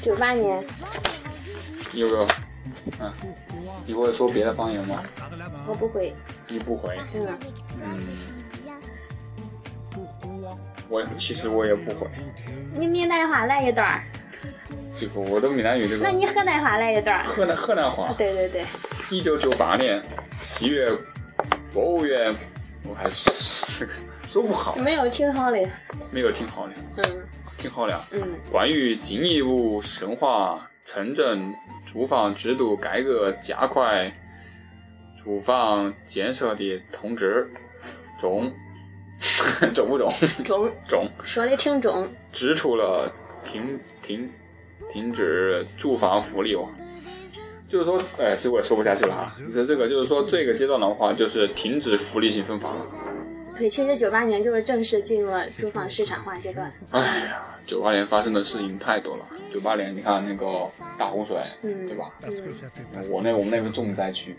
Speaker 2: 九八年，
Speaker 1: 你有没有？嗯，你会说别的方言吗？
Speaker 2: 我不会，
Speaker 1: 你不会。
Speaker 2: 嗯，
Speaker 1: 嗯，我其实我也不会，
Speaker 2: 你闽南话来一段儿。
Speaker 1: 这个我的闽南语这个
Speaker 2: 那你河南话来一段儿。
Speaker 1: 河南河南话。
Speaker 2: 嗯对对对，
Speaker 1: 一九九八年七月，国务院我还是说不好，
Speaker 2: 没有挺好的。
Speaker 1: 没有听好了，
Speaker 2: 嗯
Speaker 1: 听好了。
Speaker 2: 嗯
Speaker 1: 关于进一步深化城镇住房制度改革、加快住房建设的通知 <laughs> 中，中不中？
Speaker 2: 中，
Speaker 1: 中
Speaker 2: 说的挺中。
Speaker 1: 指出了停停停止住房福利网。就是说，哎，其实我也说不下去了哈。这这个就是说，这个阶段的话，就是停止福利性分房了。
Speaker 2: 对，其实九八年就是正式进入了住房市场化阶段。
Speaker 1: 哎呀，九八年发生的事情太多了。九八年，你看那个大洪水，
Speaker 2: 嗯
Speaker 1: 对吧？
Speaker 3: parce que ça fait partie
Speaker 1: 我那我们那个重灾区，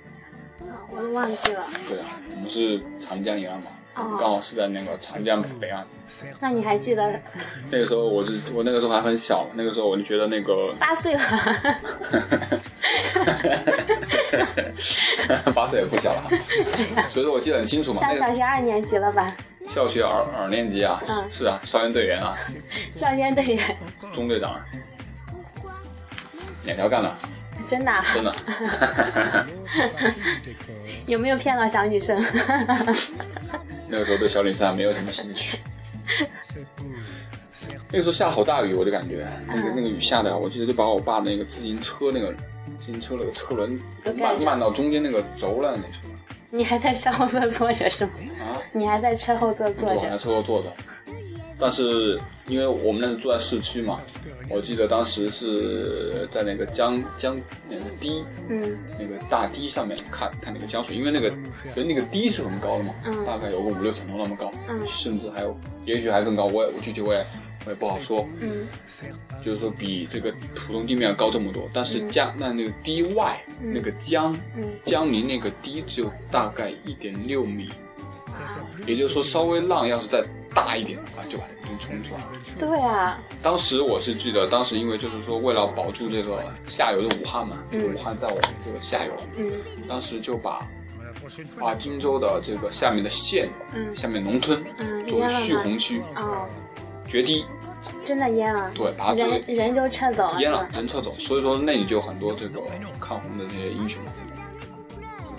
Speaker 2: 啊我都忘记了。
Speaker 1: 对啊，我们是长江沿岸嘛，
Speaker 2: 哦
Speaker 1: 我们刚好是在那个长江北岸。
Speaker 3: faire
Speaker 2: 那你还记得？
Speaker 1: 那个时候我是我那个时候还很小，那个时候我就觉得那个
Speaker 2: 八岁 <laughs> 了，
Speaker 1: <laughs> 八岁也不小了，所以说我记得很清楚嘛。
Speaker 2: 上
Speaker 1: 那
Speaker 2: 小
Speaker 1: 个
Speaker 2: 学二年级了吧？
Speaker 1: 校学二二年级啊，
Speaker 2: 嗯
Speaker 1: 是啊，少先队员啊，
Speaker 2: 少先队员，
Speaker 1: 中队长，两条杠的，
Speaker 2: 真的啊
Speaker 1: 真
Speaker 2: <laughs>
Speaker 1: 的。
Speaker 3: des corps.
Speaker 2: 有没有骗到小女生？ <laughs>
Speaker 1: 那个时候对小女生还没有什么兴趣。
Speaker 3: C'est pour faire
Speaker 1: 那个时候下好大雨，我就感觉那
Speaker 2: 嗯
Speaker 1: 个那个雨下的，啊我记得就把我爸那个自行车那个自行车那个车轮
Speaker 2: 都盖
Speaker 1: 漫
Speaker 2: 着
Speaker 1: 漫到中间那个轴了那种
Speaker 2: 你还在车后座坐着是吗？
Speaker 1: 啊。
Speaker 2: 你还在车后座坐
Speaker 1: 我在
Speaker 2: 着？
Speaker 1: 车后坐着，但是因为我们那住在市区嘛，我记得当时是在那个江江那个堤
Speaker 2: 嗯
Speaker 1: 那个大堤上面看看那个江水，因为那个所以那个堤是很高的嘛，
Speaker 2: 嗯
Speaker 1: 大概有个五六层楼那么高，
Speaker 2: 嗯
Speaker 1: 甚至还有也许还更高，我也我具体我也我也不好说，
Speaker 2: 嗯
Speaker 1: 就是说比这个普通地面要高这么多，但是江那那个堤外
Speaker 2: 嗯
Speaker 1: 那个江
Speaker 2: 嗯，
Speaker 1: 江离那个堤只有大概一点六米，
Speaker 2: 啊，
Speaker 1: 也就是说，稍微浪要是再大一点的话，就把它冰冲出来。
Speaker 2: 对啊，
Speaker 1: 当时我是记得，当时因为就是说，为了保住这个下游的武汉嘛，
Speaker 2: 嗯
Speaker 1: 武汉在我们这个下游，
Speaker 2: 嗯
Speaker 1: 当时就把划荆州的这个下面的县，
Speaker 2: 嗯
Speaker 1: 下面农村
Speaker 2: 嗯
Speaker 1: 作为
Speaker 2: 淹了
Speaker 1: 蓄
Speaker 2: 吗
Speaker 1: 洪区，
Speaker 2: 哦，
Speaker 1: 决堤，
Speaker 2: 真的淹了，
Speaker 1: 对，把它作
Speaker 2: 人
Speaker 1: 为
Speaker 2: 人就撤走了，
Speaker 1: 淹
Speaker 2: 是
Speaker 1: 了
Speaker 2: 吧？
Speaker 1: 人撤走，所以说那里就有很多这个抗洪的那些英雄，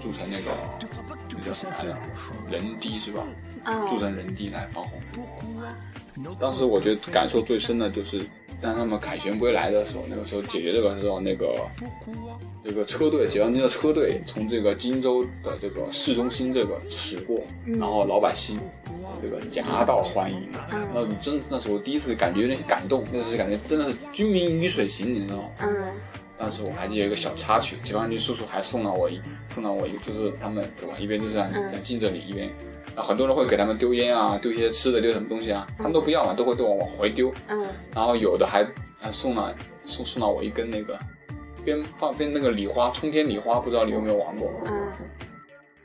Speaker 1: 筑成那个那叫什么来着？人堤是吧？筑
Speaker 2: 哦，
Speaker 1: 成人堤来防洪。当时我觉得感受最深的就是，当他们凯旋归来的时候，那个时候解决这个时候，那个这个车队，解放军的车队从这个荆州的这个市中心这个驶过，然后老百姓这个夹道欢迎，那你真那是我第一次感觉有点感动，那是感觉真的是军民鱼水情，你知道吗？
Speaker 2: 嗯，
Speaker 1: 当时我还记得有一个小插曲，解放军叔叔还送了我一送了我一个，就是他们走一边就是想
Speaker 2: 嗯
Speaker 1: 想敬着你，一边啊很多人会给他们丢烟啊，丢一些吃的，丢什么东西啊，他们都不要嘛，都会都往往回丢。
Speaker 2: 嗯，
Speaker 1: 然后有的还还送了送送了我一根那个边放边那个礼花，冲天礼花，不知道你有没有玩过？
Speaker 2: 嗯，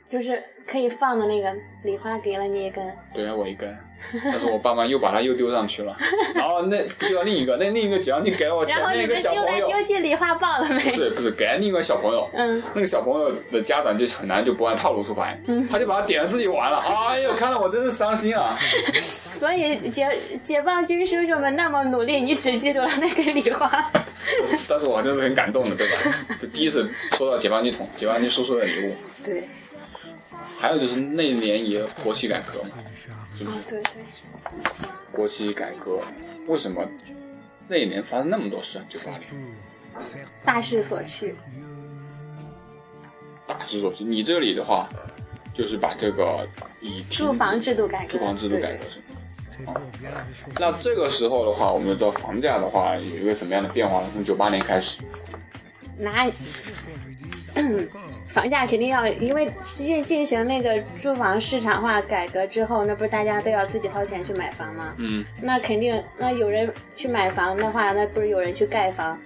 Speaker 2: 就是可以放的那个礼花给了你一根，
Speaker 1: 怼了我一
Speaker 2: <laughs>
Speaker 1: 根，但是我爸妈又把它又丢上去了，然后那丢了另一个，那另一个只要你给我前
Speaker 2: 然后
Speaker 1: 面
Speaker 2: 你
Speaker 1: 一个
Speaker 2: 们
Speaker 1: 小
Speaker 2: 丢
Speaker 1: 朋
Speaker 2: 来
Speaker 1: 友，
Speaker 2: 丢去，礼花爆了没
Speaker 1: 不？是不是给了另一个小朋
Speaker 2: <laughs>
Speaker 1: 友，
Speaker 2: 嗯，
Speaker 1: 那个小朋友的家长就很难就不按套路出牌，他就把它点了自己玩了。哎呦，看得我真是伤心
Speaker 2: <laughs>
Speaker 1: 啊！
Speaker 2: 所以解解放军叔叔们那么努力，你只记住了那根礼花。
Speaker 1: 但是我还真是很感动的，对吧？这第一次收到解放军同解放军叔叔的礼物，
Speaker 2: 对，
Speaker 1: 还有就是那一年也国企改革嘛，
Speaker 2: 啊、对对，
Speaker 1: 国企改革为什么那一年发生那么多事？九八年
Speaker 2: 大势所趋。
Speaker 1: 大势所趋，你这里的话就是把这个以停
Speaker 2: 住房制度改革，
Speaker 1: 住房制度改革
Speaker 2: 对
Speaker 1: 是吗。那
Speaker 3: Là
Speaker 2: 啊
Speaker 1: 这个时候的话，我们的房价的话有一个怎么样的变化呢？从九八年开始，
Speaker 2: 拿
Speaker 1: 嗯
Speaker 2: 房价肯定要，因为进进行那个住房市场化改革之后，那不是大家都要自己掏钱去买房吗？
Speaker 1: 嗯，
Speaker 2: 那肯定，那有人去买房的话，那不是有人去盖房，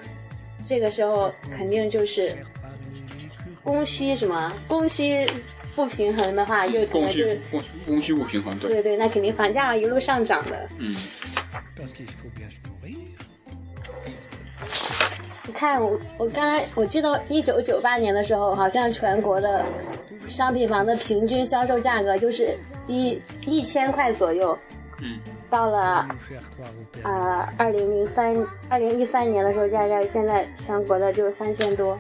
Speaker 2: 这个时候肯定就是供需什么供需不平衡的话，就可
Speaker 1: 供
Speaker 2: 能就
Speaker 1: 需
Speaker 2: 是
Speaker 1: 供供需不平衡，对，
Speaker 2: 对对，那肯定房价一路上涨的。
Speaker 1: 嗯，
Speaker 2: 你看我，我刚才我记得一九九八年的时候，好像全国的商品房的平均销售价格就是一一千块左右。
Speaker 1: 嗯。
Speaker 2: 到了呃二零零三二零一三年的时候，大概现在全国的就是三千多。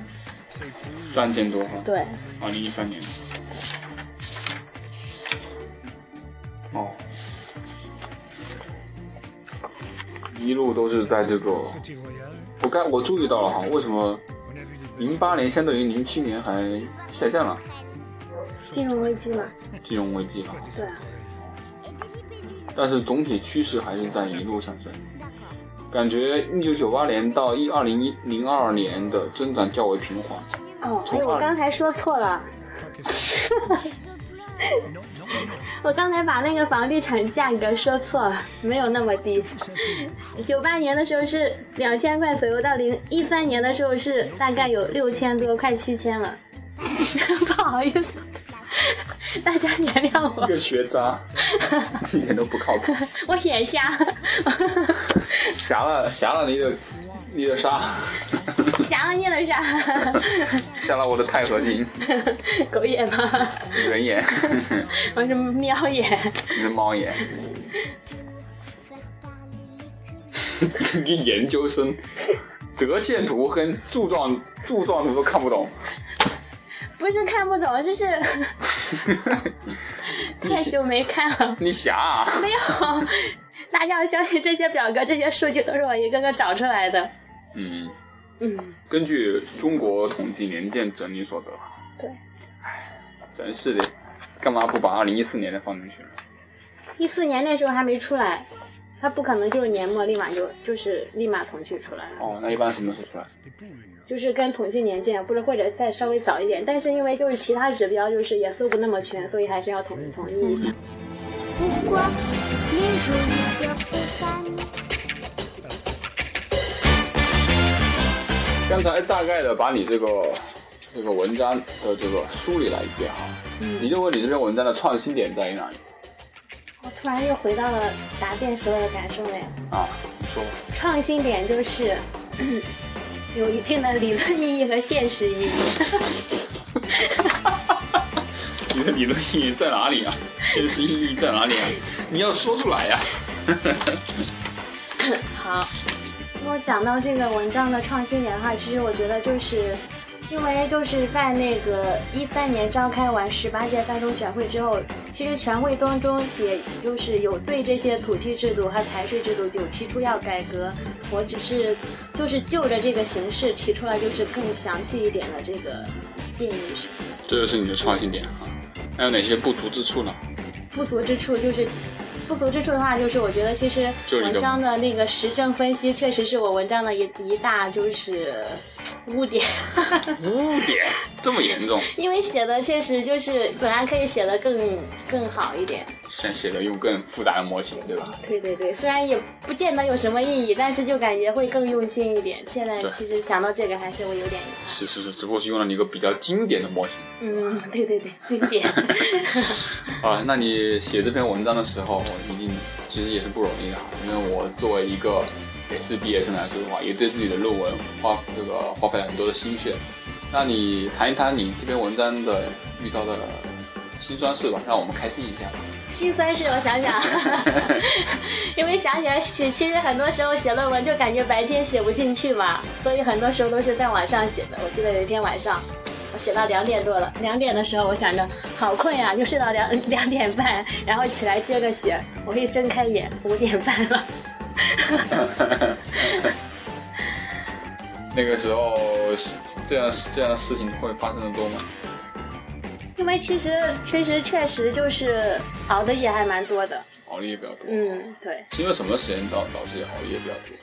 Speaker 1: 三千多哈，
Speaker 2: 对，
Speaker 1: 二零一三年。哦，一路都是在这个，我刚我注意到了哈，为什么零八年相对于零七年还下降了
Speaker 2: 金融危机嘛。
Speaker 1: 金融危机了，
Speaker 2: 对啊，
Speaker 1: 但是总体趋势还是在一路上升。感觉一九九八年到一二零一零二年的增长较为平缓，
Speaker 2: 哦，哎，我刚才说错了。我刚才把那个房地产价格说错了，没有那么低。九八年的时候是两千块左右，到零一三年的时候是大概有六千多，快七千了。 <laughs> 不好意思， <laughs> 大家原谅
Speaker 1: 一
Speaker 2: 我，
Speaker 1: 个学渣，一点都不靠谱。
Speaker 2: 我眼 <laughs> 瞎，
Speaker 1: 瞎了瞎了你的你的啥？
Speaker 2: 瞎了你了啥？
Speaker 1: 瞎了我的钛合金、
Speaker 2: <laughs> 狗眼吧，
Speaker 1: 人
Speaker 2: <laughs>
Speaker 1: 眼、
Speaker 2: 我是喵眼。
Speaker 1: 你的猫
Speaker 2: <laughs>
Speaker 1: 眼。一个研究生，折线图跟柱状柱状图都看不
Speaker 2: <laughs>
Speaker 1: 懂，
Speaker 2: 不是看不懂，就是 <laughs> 太久没看了。
Speaker 1: 你瞎、
Speaker 2: <laughs>
Speaker 1: 啊？
Speaker 2: 没有， <laughs> 大家要相信这些表格、这些数据都是我一个个找出来的。
Speaker 1: 嗯，
Speaker 2: 嗯，
Speaker 1: 根据中国统计年鉴整理所得，
Speaker 2: 对，
Speaker 1: 真是的，干嘛不把二零一四年的放进去呢？
Speaker 2: 一四年那时候还没出来，他不可能就是年末立马就就是立马统计出来了，
Speaker 1: 哦，那一般什么时候出来？
Speaker 2: 就是跟统计年鉴，不是或者再稍微早一点，但是因为就是其他指标就是也搜不那么全，所以还是要统统一一下。
Speaker 4: Pourquoi les jolies fleurs se fanent
Speaker 1: 刚才大概的把你这个这个文章的这个梳理了一遍哈，啊你认为你这篇文章的创新点在于哪里
Speaker 2: 我突然又回到了答辩时候的感受哎。
Speaker 1: 啊？你说吧，
Speaker 2: 创新点就是 <clears throat> 嗯有一定的理论意义和现实意义。
Speaker 1: 的理论意义在哪里啊？现实意义在哪里啊？你要说出来呀、
Speaker 2: 好，那我讲到这个文章的创新点的话，其实我觉得就是，因为就是在那个一三年召开完十八届三中全会之后，其实全会当中也就是有对这些土地制度和财税制度有提出要改革，我只是就是就着这个形式提出来就是更详细一点的这个建议是。
Speaker 1: 这就是你的创新点啊。还有哪些不足之处呢？
Speaker 2: 不足之处就是，不足之处的话，就是我觉得其实
Speaker 1: 就是一个
Speaker 2: 文章的那个实证分析，确实是我文章的一一大就是污点， <laughs>
Speaker 1: 污点这么严重，
Speaker 2: 因为写的确实就是本来可以写的更更好一点。
Speaker 1: 先写的用更复杂的模型，对吧？
Speaker 2: 对对对，虽然也不见得有什么意义，但是就感觉会更用心一点。现在
Speaker 1: 对
Speaker 2: 其实想到这个，还是我有点，
Speaker 1: 是是是，只不过是用了你一个比较经典的模型
Speaker 2: 嗯，对对对，经
Speaker 1: <laughs>
Speaker 2: 典。
Speaker 1: 啊。那你写这篇文章的时候，一定其实也是不容易的啊，因为我作为一个也是毕业生来说的话，也对自己的论文花这个花费了很多的心血。那你谈一谈你这篇文章的遇到的辛酸事吧，让我们开心一下。 <laughs>
Speaker 2: 心酸事，我想想，因为想起来写，其实很多时候写论文就感觉白天写不进去嘛，所以很多时候都是在晚上写的。我记得有一天晚上，我写到两点多了，两点的时候我想着好困呀、就睡到两 <laughs> 两点半，然后起来接着写。我一睁开眼，五点半了。 <laughs>
Speaker 1: 那个时候是这样这样的事情会发生的多吗？
Speaker 2: 因为其实其实确实就是熬的夜还蛮多的，
Speaker 1: 熬夜比较多，
Speaker 2: 嗯，对，
Speaker 1: 是因为什么时间导导致熬夜比较多？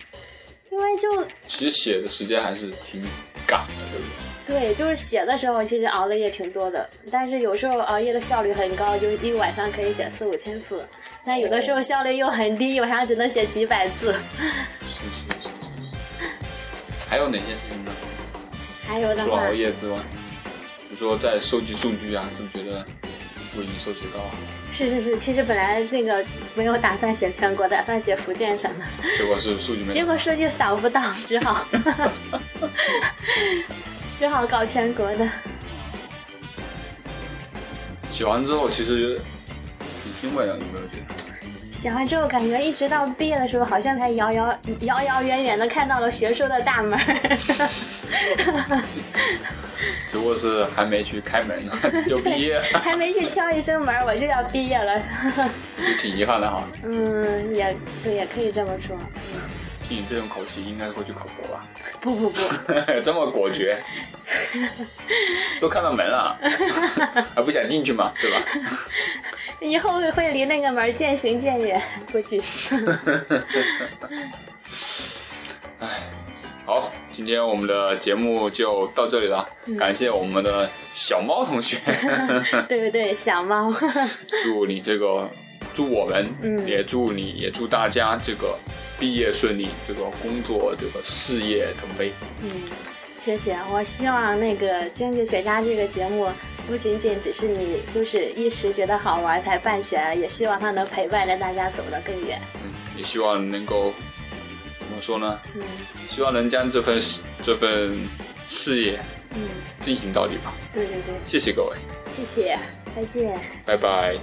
Speaker 2: 因为就
Speaker 1: 其实写的时间还是挺赶的，对不对？
Speaker 2: 对，就是写的时候其实熬的也挺多的，但是有时候熬夜的效率很高，就是一晚上可以写四五千字，但有的
Speaker 1: 哦
Speaker 2: 时候效率又很低，一晚上只能写几百字。
Speaker 1: 是是是是。还有哪些事情呢？
Speaker 2: 还有的
Speaker 1: 除了
Speaker 2: 话，
Speaker 1: 熬夜之外，比如说在收集数据啊，是不是觉得不已经收集到 <laughs> 啊？
Speaker 2: 是是是，其实本来那个没有打算写全国，打算写福建省的，
Speaker 1: <laughs> 结果是数据没
Speaker 2: 结
Speaker 1: 有。
Speaker 2: 果数据扫不到，
Speaker 1: <laughs>
Speaker 2: 只好只好搞全国的。
Speaker 1: 写完之后其实挺欣慰的，有没有觉得？
Speaker 2: 写完之后，感觉一直到毕业的时候，好像才遥遥遥遥远远的看到了学术的大门儿。 <laughs>
Speaker 1: 只不过是还没去开 <laughs> 门呢，就毕业，
Speaker 2: 还没去敲一声门儿，我就要毕业了。
Speaker 1: <laughs>
Speaker 2: <laughs>
Speaker 1: 其实挺遗憾的哈。
Speaker 2: 嗯，也对，也可以这么说。
Speaker 1: 听你这种口气，应该会去考博吧？ <laughs>
Speaker 2: 不不不，
Speaker 1: 这么果决， <laughs> 都看到门了， <laughs> 还不想进去嘛，对吧？
Speaker 2: 以后会离那个门儿渐行渐远， <laughs> 估计。
Speaker 1: 好，今天我们的节目就到这里了，
Speaker 2: 嗯
Speaker 1: 感谢我们的小猫同
Speaker 2: <laughs>
Speaker 1: 学，
Speaker 2: 对对对，小猫。 <laughs>
Speaker 1: 祝你这个，祝我们，
Speaker 2: 嗯
Speaker 1: 也祝你，也祝大家这个毕业顺利，这个工作，这个事业腾飞。
Speaker 2: 嗯，谢谢。我希望那个《经济学家》这个节目不仅仅只是你就是一时觉得好玩儿才办起来，也希望它能陪伴着大家走得更远。
Speaker 1: 嗯，也希望能够嗯怎么说呢？
Speaker 2: 嗯
Speaker 1: 希望能将这份事这份事业
Speaker 2: 嗯，
Speaker 1: 进行到底吧。
Speaker 2: 对对对，
Speaker 1: 谢谢各位，
Speaker 2: 谢谢，再见。
Speaker 1: 拜拜。